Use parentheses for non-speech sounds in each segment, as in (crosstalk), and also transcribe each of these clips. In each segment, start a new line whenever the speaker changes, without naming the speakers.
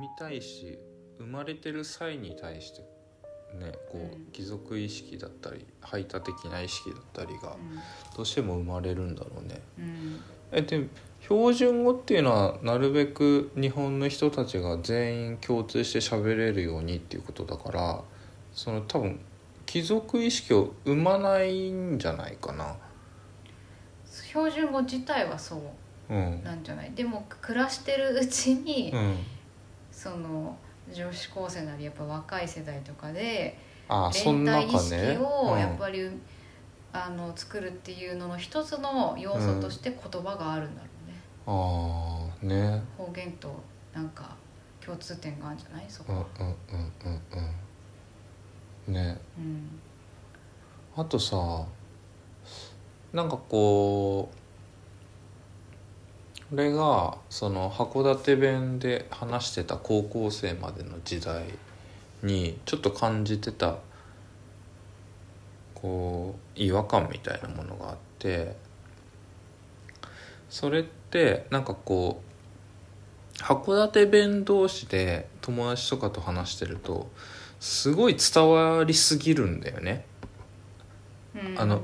みたいし生まれてる際に対してねこ
うん
う貴族意識だったり排他的な意識だったりが
うん
どうしても生まれるんだろうね。
うん
えで標準語っていうのはなるべく日本の人たちが全員共通して喋れるようにっていうことだからその多分貴族意識を生まないんじゃないかな。
標準語自体はそ
う
う
ん
なんじゃないでも暮らしてるうちに、
うん、
その女子高生なりやっぱ若い世代とかで
あそん
連
な
帯意
か
識
ね。
を
うん
やっぱり、あの作るっていうのの一つの要素として言葉があるんだろうね、
ああね
方言となんか共通点があるんじゃないそこ
うんう
は
んうんうんうんね
うん
あとさなんかこう俺がその函館弁で話してた高校生までの時代にちょっと感じてたこう違和感みたいなものがあってそれってなんかこう函館弁同士で友達とかと話してるとすごい伝わりすぎるんだよね。
うん
あの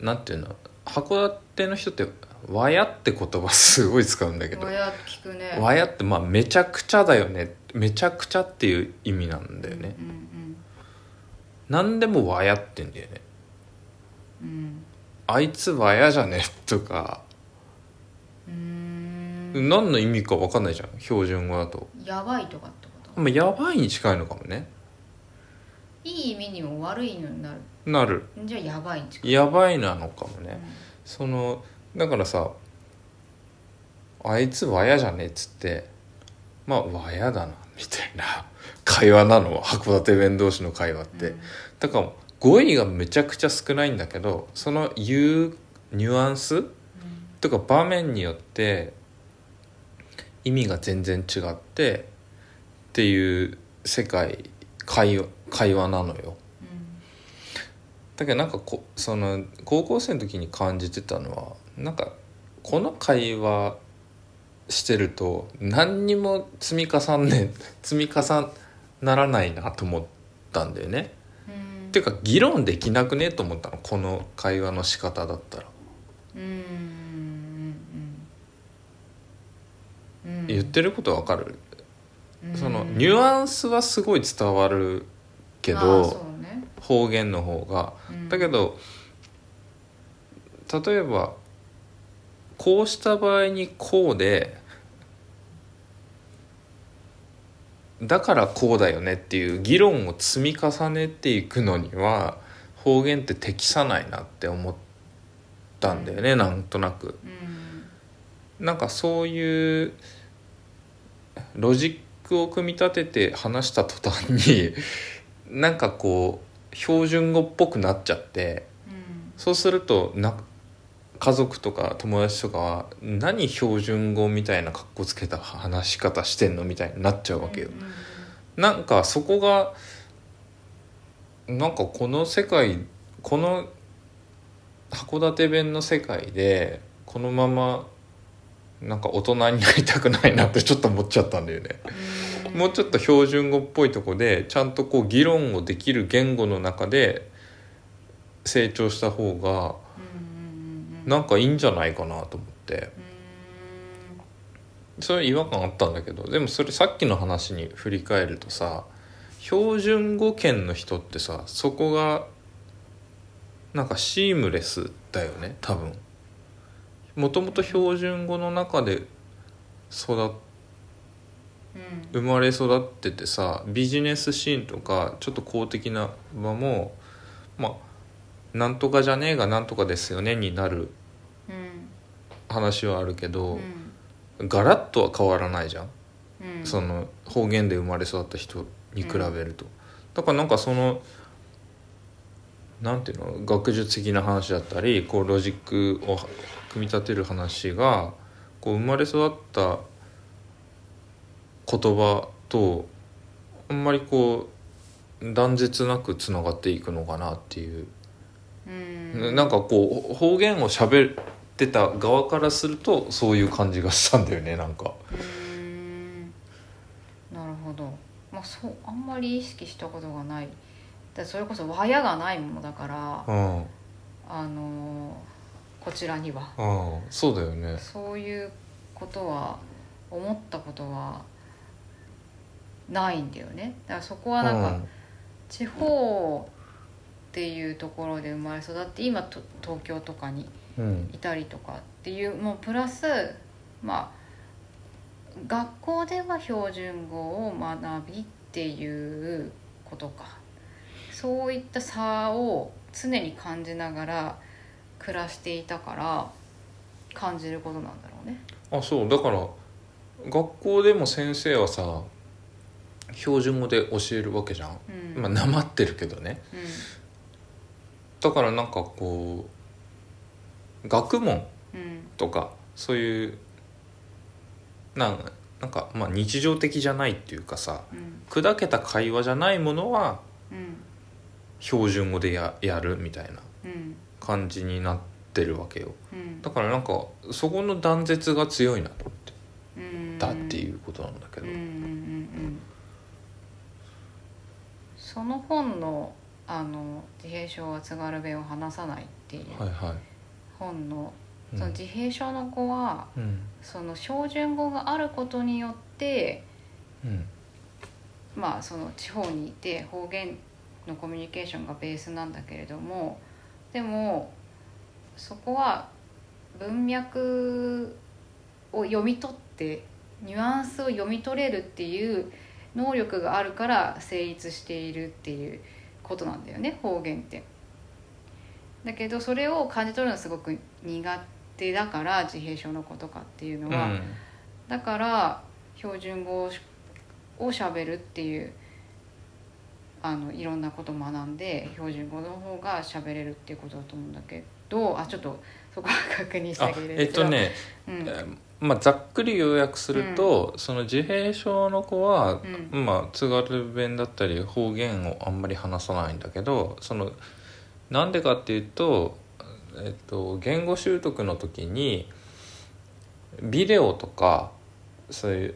なんていうの函館の人って「わや」って言葉すごい使うんだけど
親聞くね
「わや」ってまあめちゃくちゃだよねめちゃくちゃっていう意味なんだよね
うんうん
何でも「わや」って言うんだよね
うん
「あいつわやじゃね」とか
うんうーん
何の意味か分かんないじゃん標準語だと
やばいとかってこと
まあやばいに近いのかもね
いい意味にも悪いのになる
なる
じゃあやばいに近い、
やばいなのかも
う
ね
ん
そのだからさ「あいつわやじゃね」っつってまあわやだなみたいな会話なの函館弁同士の会話って、だから語彙がめちゃくちゃ少ないんだけどその言うニュアンス
うん
とか場面によって意味が全然違ってっていう世界会話会話なのよ。だけどなんかこその高校生の時に感じてたのはなんかこの会話してると何にも積み重ね (laughs) 積み重ならないなと思ったんだよね。
うんうん
っていうか議論できなくねと思ったのこの会話の仕方だったら、
うんうんうんうん
言ってることわかる、
うん
そのニュアンスはすごい伝わるけ
ああそ
ど
うね
方言の方が
うん
だけど例えばこうした場合にこうでだからこうだよねっていう議論を積み重ねていくのには方言って適さないなって思ったんだよねなんとなく。
うん
なんかそういうロジックを組み立てて話した途端になんかこう標準語っぽくなっちゃって。
うん
そうするとな家族とか友達とかは何標準語みたいな格好つけた話し方してんのみたいになっちゃうわけよ
う。んうん
なんかそこがなんかこの世界この函館弁の世界でこのままなんか大人になりたくないなってちょっと思っちゃったんだよね。
うん
もうちょっと標準語っぽいとこでちゃんとこう議論をできる言語の中で成長した方が
うんうんうん
なんかいいんじゃないかなと思ってそれ違和感あったんだけどでもそれさっきの話に振り返るとさ標準語圏の人ってさそこがなんかシームレスだよね多分もともと標準語の中で育っ
うん
生まれ育っててさビジネスシーンとかちょっと公的な場もまあなんとかじゃねえがなんとかですよねになる
うん
話はあるけ
う
ど、
ん
ガラッとは変わらないじゃん、
うん
その方言で生まれ育った人に比べると、だからなんかそのなんていうの学術的な話だったりこうロジックを組み立てる話がこう生まれ育った言葉とあんまりこう断絶なくつながっていくのかなっていう
うん
なんかこう方言を喋ってた側からするとそういう感じがしたんだよねなんか。
うんなるほまあ、そうあんまり意識したことがないだそれこそ和やがないものだから
うん
あのーこちらには
うんそうだよね
そういうことは思ったことはないんだよねだからそこはなんか、地方っていうところで生まれ育って今と東京とかに
うんうん
いたりとかっていうもうプラスまあ学校では標準語を学びっていうことかそういった差を常に感じながら暮らしていたから感じることなんだろうね。
あそうだから学校でも先生はさ標準語で教えるわけじゃん
うん
まあなまってるけどね
うん
だからなんかこう学問
うん
とかそういうなんなんかまあ日常的じゃないっていうかさ
うん
砕けた会話じゃないものは
うん
標準語でややるみたいな
うん
感じになってるわけよ
うん
だからなんかそこの断絶が強いなと思って
うん
たっていうことなんだけど
うんうんうんうんその本の「あの自閉症は津軽弁を話さない」っていう
はいは
本の,、
い
その自閉症の子は
うん
その標準語があることによって
うん
まあその地方にいて方言のコミュニケーションがベースなんだけれどもでもそこは文脈を読み取ってニュアンスを読み取れるっていう能力があるから成立しているっていうことなんだよね方言って。だけどそれを感じ取るのはすごく苦手だから自閉症の子とかっていう
う
の
ん
は。だから標準語をしをしゃべるっていうあのいろんなことを学んで標準語の方がしゃべれるっていうことだと思うんだけどあちょっとそこは確認してあ
あ
げる
えっと、ね、
うん
えーまあ、ざっくり要約すると、その自閉症の子は
う、ん
まあ、津軽弁だったり方言をあんまり話さないんだけどそのなんでかっていうと、えっと、言語習得の時にビデオとかそういう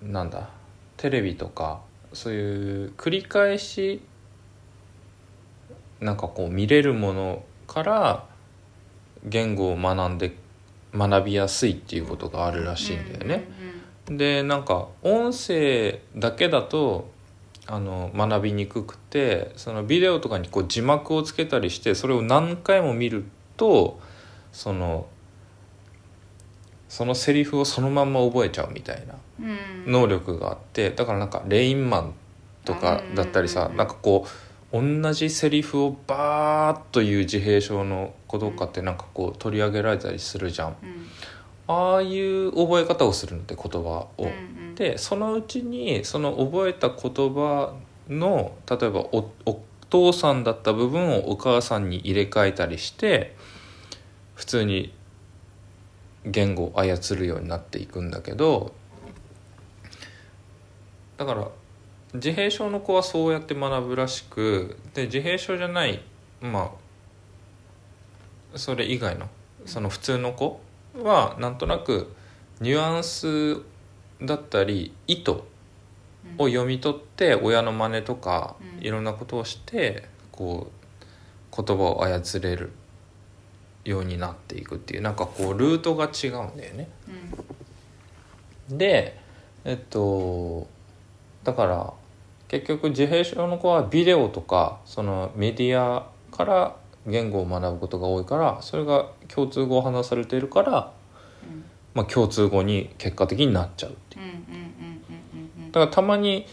なんだテレビとかそういう繰り返しなんかこう見れるものから言語を学んで学びやすいっていうことがあるらしいんだよね。でなんか音声だけだとあの学びにくくてそのビデオとかにこう字幕をつけたりしてそれを何回も見るとそのそのセリフをそのまんま覚えちゃうみたいな
うんうん
能力があってだからなんか「レインマン」とかだったり
うん
さ
うんうん
なんかこう同じセリフをバーッと言う自閉症の子とかってなんかこう取り上げられたりするじゃん。
うん
ああいう覚え方をするのって言葉を。
うんうん
でそのうちにその覚えた言葉の例えばおお父さんだった部分をお母さんに入れ替えたりして普通に言語を操るようになっていくんだけどだから自閉症の子はそうやって学ぶらしくで自閉症じゃないまあそれ以外のその普通の子はなんとなくニュアンスだったり意図を読み取って親の真似とか
うん
いろんなことをしてこう言葉を操れるようになっていくっていうなんかこうルートが違うんだよね。
うん
でえっとだから結局自閉症の子はビデオとかそのメディアから言語を学ぶことが多いからそれが共通語を話されているから、
うん
まあ、共通語に結果的になっちゃうっていう
うんうんうんうんうん
だからたまに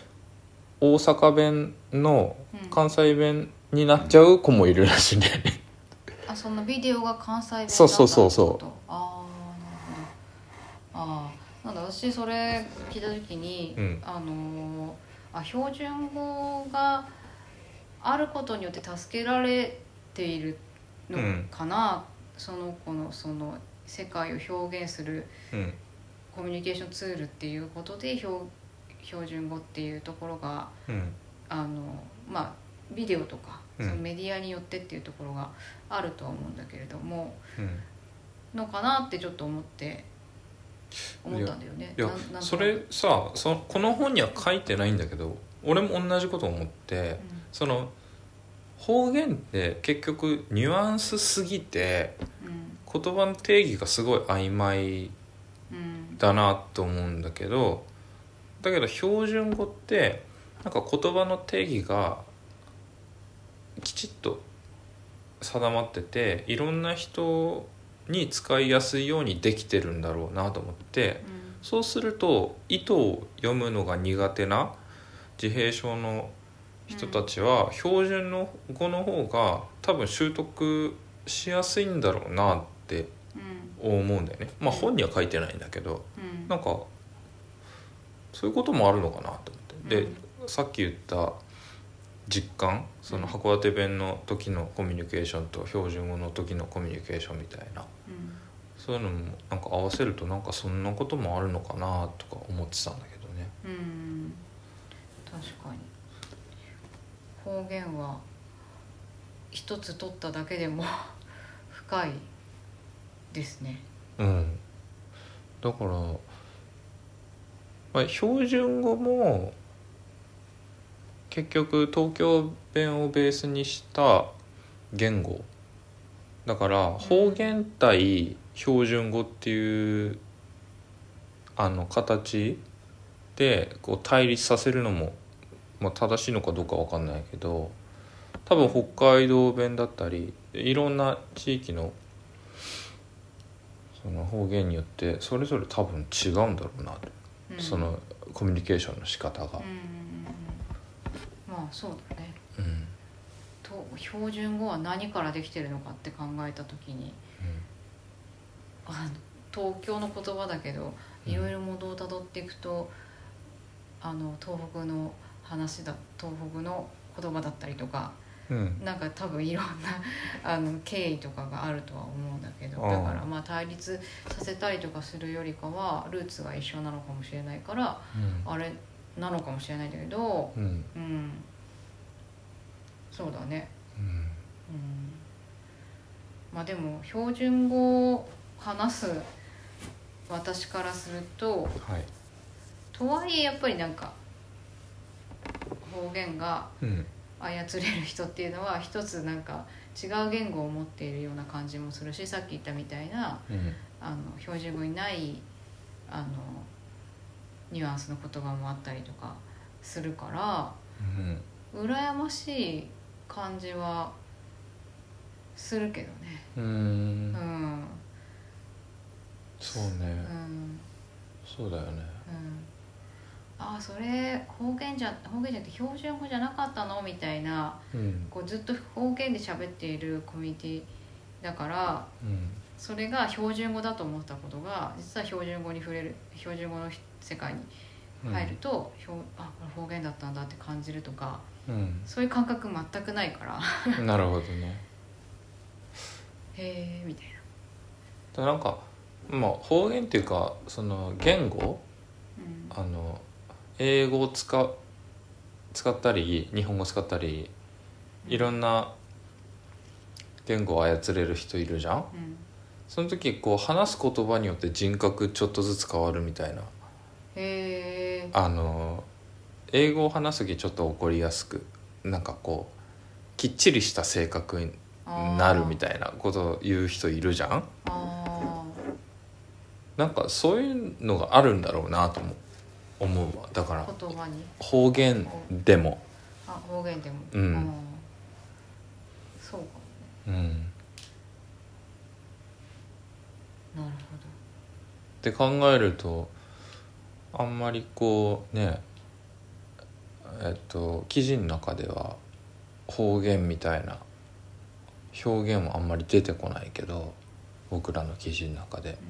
大阪弁の
うん
関西弁になっちゃう子もいるらしいんだよね
あそのビデオが関西弁だった
そうそうそうそう
ってことああなるほどああなんだ私それ聞いた時に、
うん
あのーあ標準語があることによって助けられているのかな、その子のその世界を表現する
うん
コミュニケーションツールっていうことで標標準語っていうところが
うん
あのまあビデオとか、
うん
そのメディアによってっていうところがあるとは思うんだけれども
うん
のかなってちょっと思って思ったんだよね。
いや
なんなんとなく
それさそこの本には書いてないんだけど俺も同じこと思ってその方言って結局ニュアンスすぎて
うん
言葉の定義がすごい曖昧
うん
だなと思うんだけどだけど標準語ってなんか言葉の定義がきちっと定まってていろんな人に使いやすいようにできてるんだろうなと思って
うん
そうすると意図を読むのが苦手な自閉症の人たちは標準の語の方が多分習得しやすいんだろうなって
うん
思うんだよね。まあ
うん
本には書いてないんだけど
うん
なんかそういうこともあるのかなと思って、
うん
でさっき言った実感その
うん
函館弁の時のコミュニケーションと標準語の時のコミュニケーションみたいな
うん
そういうのもなんか合わせるとなんかそんなこともあるのかなとか思ってたんだけどね
うん確かに方言は一つ取っただけでも深いですね
うんだから、まあ、標準語も結局東京弁をベースにした言語だから方言対標準語っていうあの形でこう対立させるのも、まあ、正しいのかどうかわかんないけど多分北海道弁だったりいろんな地域のその方言によってそれぞれ多分違うんだろうなと、
うん
そのコミュニケーションの仕方
う
が
んうん。うんまあそうだね
うん
と標準語は何からできてるのかって考えた時にあの東京の言葉だけど
うん
いろいろ元をたどっていくと、あの東北の話だ東北の言葉だったりとか
うんうん
なん (laughs) か多分いろんなあの経緯とかがあるとは思うんだけど
ああ
だからまあ対立させたりとかするよりかはルーツが一緒なのかもしれないからあれなのかもしれないんだけど
うんうん
うんそうだね
うん
うんまあでも標準語を話す私からすると
はい
とはいえやっぱりなんか方言が
うん
操れる人っていうのは一つなんか違う言語を持っているような感じもするしさっき言ったみたいな
うん
あの標準語にないあのニュアンスの言葉もあったりとかするから
うん
羨ましい感じはするけどね。
う
うんん
そう
う
ね
ん
そうだよね
うんああそれ方言じゃ方言じゃなくて標準語じゃなかったのみたいな
うん
こうずっと方言で喋っているコミュニティだから
うん
それが標準語だと思ったことが実は標準語に触れる標準語の世界に
うん
入ると、標あこれ方言だったんだって感じるとか
うん
そういう感覚全くないから (laughs)
なるほどね
へえみたい
だ
な。
からなんかまあ方言っていうかその言語
うん
あの英語を使う使ったり日本語使ったりいろんな言語を操れる人いるじゃん
うん
その時こう話す言葉によって人格ちょっとずつ変わるみたいな
へえ
あの英語を話す時ちょっと怒りやすくなんかこうきっちりした性格になるみ
い
たいなことを言う人いるじゃん
なあ
なんかそういうのがあるんだろうなとも思うわだから
ー言葉に
方言でも
あ方言でも、
うん
あーそうかもね
うん
なる
って考えるとあんまりこうねえっと記事の中では方言みたいな表現はあんまり出てこないけど僕らの記事の中で
ほど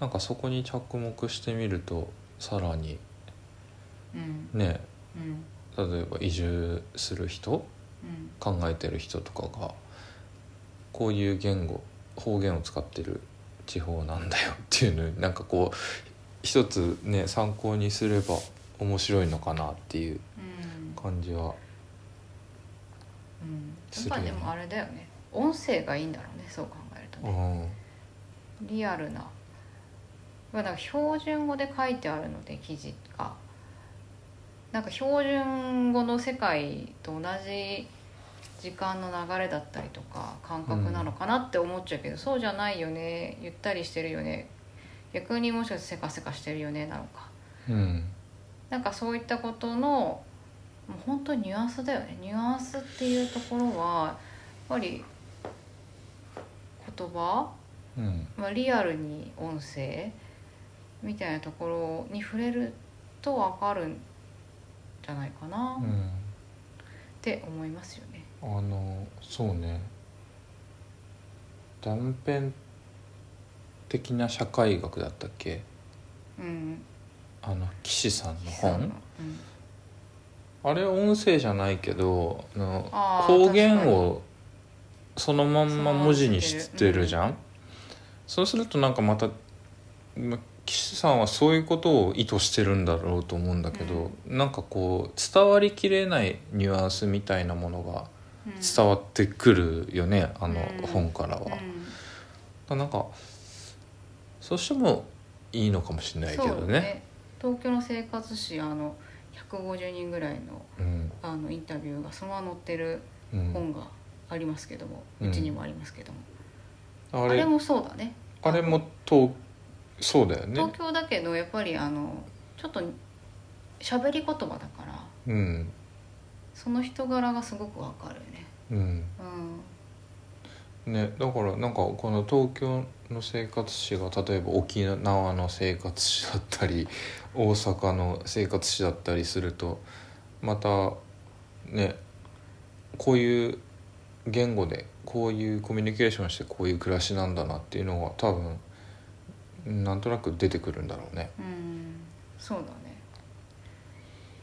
なんかそこに着目してみるとさらに
うん
ね
うんうん
例えば移住する人
うん
考えてる人とかがこういう言語方言を使ってる地方なんだよっていうのになんかこう一つね参考にすれば面白いのかなっていう
うん
感じは
うん、や
す
っ
るよ
ぱ
ね
でもあれだよね音声がいいんだろうねそう考えると
う
ね
ん
リアルなまあなんか標準語で書いてあるので記事がなんか標準語の世界と同じ時間の流れだったりとか感覚なのかなって思っちゃうけど、そうじゃないよねゆったりしてるよね逆にもしかしてせかせかしてるよねなのか
うん
なんかそういったことのもう本当にニュアンスだよねニュアンスっていうところはやっぱり言葉、
うん
まあ、リアルに音声みたいなところに触れると分かるんじゃないかな
う
っ
ん
て思いますよね。
あのそうね断片的な社会学だったっけ
うん、
あの岸さんの
岸さんの
本あれ音声じゃないけどあの
あー
方言をそのまんま文字にしてるじゃん、そうするとなんかまたま岸さんはそういうことを意図してるんだろうと思うんだけど、なんかこう伝わりきれないニュアンスみたいなものが
うんうん
伝わってくるよね、あの
うん
本からは。だからなんかそうしてもいいのかもしれ
うん
ないけど
そう
ね。
ね東京の生活史あの150人ぐらいの
うん
あのインタビューがそのまま載ってる
うん、
本がありますけども、
う
うんちにもありますけども、
あ
あれ
れ
もそうだね
あれも東そうだよね
東。京だけどやっぱりあのちょっと喋り言葉だから
うん
その人柄がすごくわかるよね
うん
う
ね、だからなんかこの東京の生活史が例えば沖縄の生活史だった (laughs) り大阪の生活史だったりするとまたねこういう言語でこういうコミュニケーションしてこういう暮らしなんだなっていうのが多分なんとなく出てくるんだろうね。
ん、うん、そうだね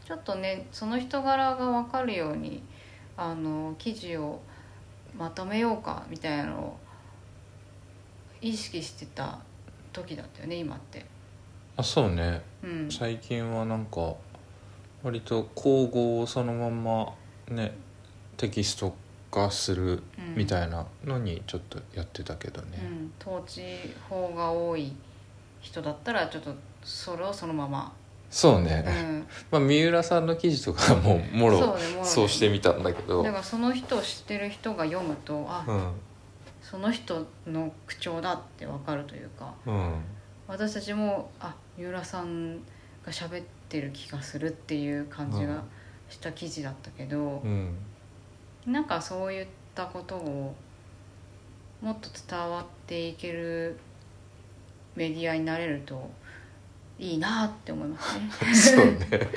ちょっとねその人柄がわかるようにあの記事をまとめようかみたいなのを意識してた時だったよね今って、
あそうね
うん、
最近はなんか割と口語をそのまんまねテキスト化する
うん
みたいなのにちょっとやってたけど
う
ね、
ん、統治法が多い人だったらちょっとそれをそのまま、
そう
う
ね、
ん、
まあ、三浦さんの記事とかももろそう
ねもろね
してみたんだけど
だからその人を知ってる人が読むとあ、
うん
その人の口調だってわかるというか
うん
私たちもあ三浦さんが喋ってる気がするっていう感じがした記事だったけど
う、ん
なんかそういったことをもっと伝わっていけるメディアになれるといいなって思いますね。
そうね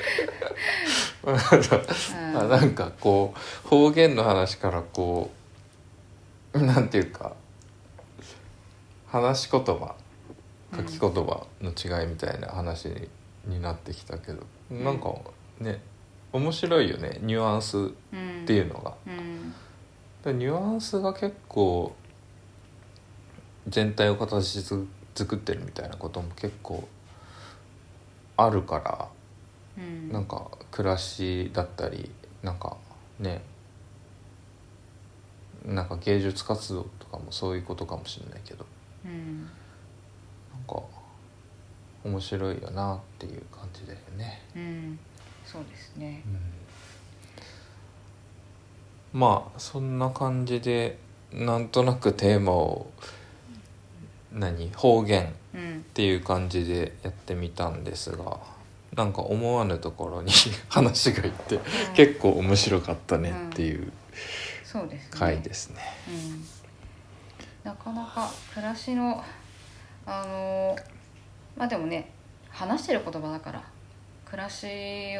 う
(laughs)
ん
あ (laughs) なんかこう方言の話からこうなんていうか話し言葉書き言葉の違いみたいな話になってきたけど、
ん
なんかね面白いよねニュアンスっていうのが。
うん
でニュアンスが結構全体を形づ作ってるみたいなことも結構あるから。
うん
なんか暮らしだったりなんかねなんか芸術活動とかもそういうことかもしれないけど
う
な
ん
んか面白いよなっていう感じだよね、
うんそうですね。
まあそんな感じでなんとなくテーマを何方言
うん
っていう感じでやってみたんですがなんか思わぬところに (laughs) 話がいって結構面白かったねっていう
そうですね。
回ですね。
うんなかなか暮らしのあのまあでもね話してる言葉だから暮らし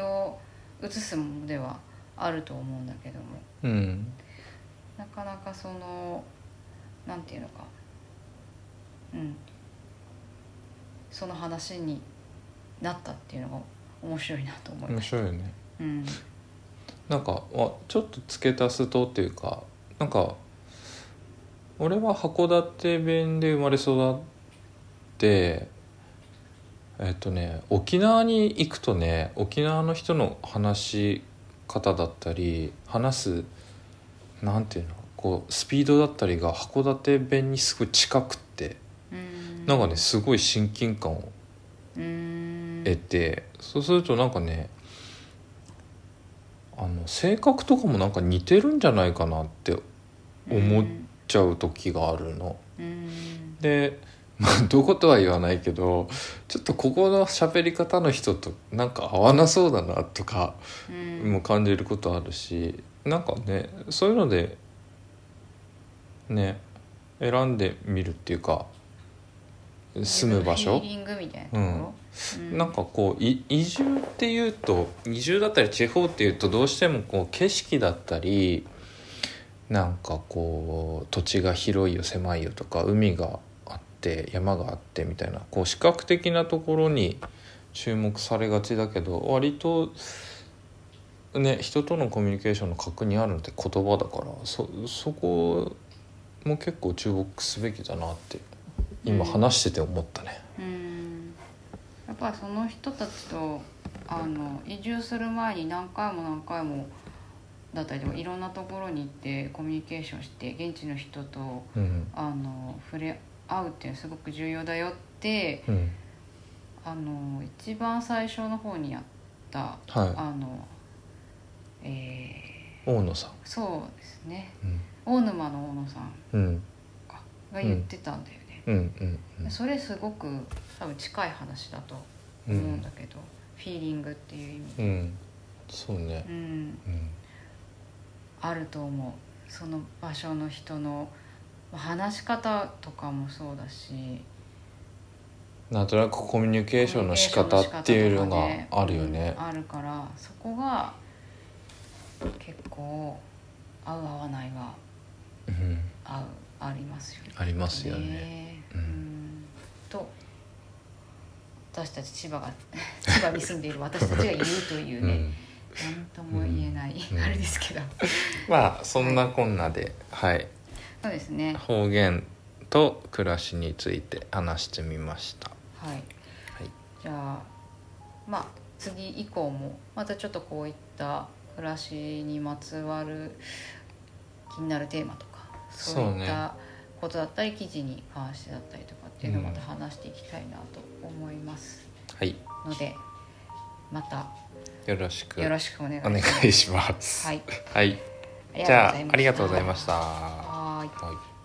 を映すものではあると思うんだけども
うん、
なかなかそのなんていうのかうんその話になったっていうのが面白いなと思い
面
ます。
白いよね。
うん
なんかあちょっと付け足すとっていうかなんか俺は函館弁で生まれ育ってえっとね沖縄に行くとね沖縄の人の話し方だったり話すなんていうのこうスピードだったりが函館弁にすごい近くって
うん
なんかねすごい親近感を
うん
得てそうするとなんかねあの性格とかもなんか似てるんじゃないかなって思っ思っ
うん
ちゃう時があるの。
うん
で、まあ、どことは言わないけどちょっとここの喋り方の人となんか合わなそうだなとか
うん
も感じることあるしなんかねそういうのでね選んでみるっていうか住む場
ヒ
所
ーリングみたいなところ、うん
なんかこうい移住っていうと移住だったり地方っていうとどうしてもこう景色だったりなんかこう土地が広いよ狭いよとか海があって山があってみたいなこう視覚的なところに注目されがちだけど割とね人とのコミュニケーションの核にあるのって言葉だからそそこも結構注目すべきだなって今
うん
話してて思ったね。
うんやっぱりその人たちとあの移住する前に何回も何回もだったりとかいろんなところに行ってコミュニケーションして現地の人と
うん
あの触れ合うっていうのはすごく重要だよって
うん
あの一番最初の方にやった
はい、
あの、え
大野さん
ーそうですね
うん
大沼の大野さん
うん
かが言ってたんだよね、
うんうん
それすごく多分近い話だと
う
思うん
ん
だけど、フィーリングっていう意味
う
で、
んそうね
うん、
うん
あると思うその場所の人のまあ話し方とかもそうだし
なんとなくコミュニケーションの仕方っていうのがあるよね
うんあるからそこが結構合う合わないは
うん
合うありますよね
ありますよね
ね
うん
うんと私たち千葉が (laughs) 千葉に住んでいる私たちが言うという
う
ね、
ん
なんとも言えない、
うん
あれですけど、
まあそんなこんなではい
そうですね
方言と暮らしについて話してみました
はい、
い
じゃあまあ次以降もまたちょっとこういった暮らしにまつわる気になるテーマとかそう
そう
い
ね
ったことだったり、記事に関してだったりとかっていうのをまた話していきたいなと思います
はい
ので、また
よろしく
よろしくお願いし
お
ま
願
す。
いします
はい、
はいじゃあありがとうございました
はーい
はい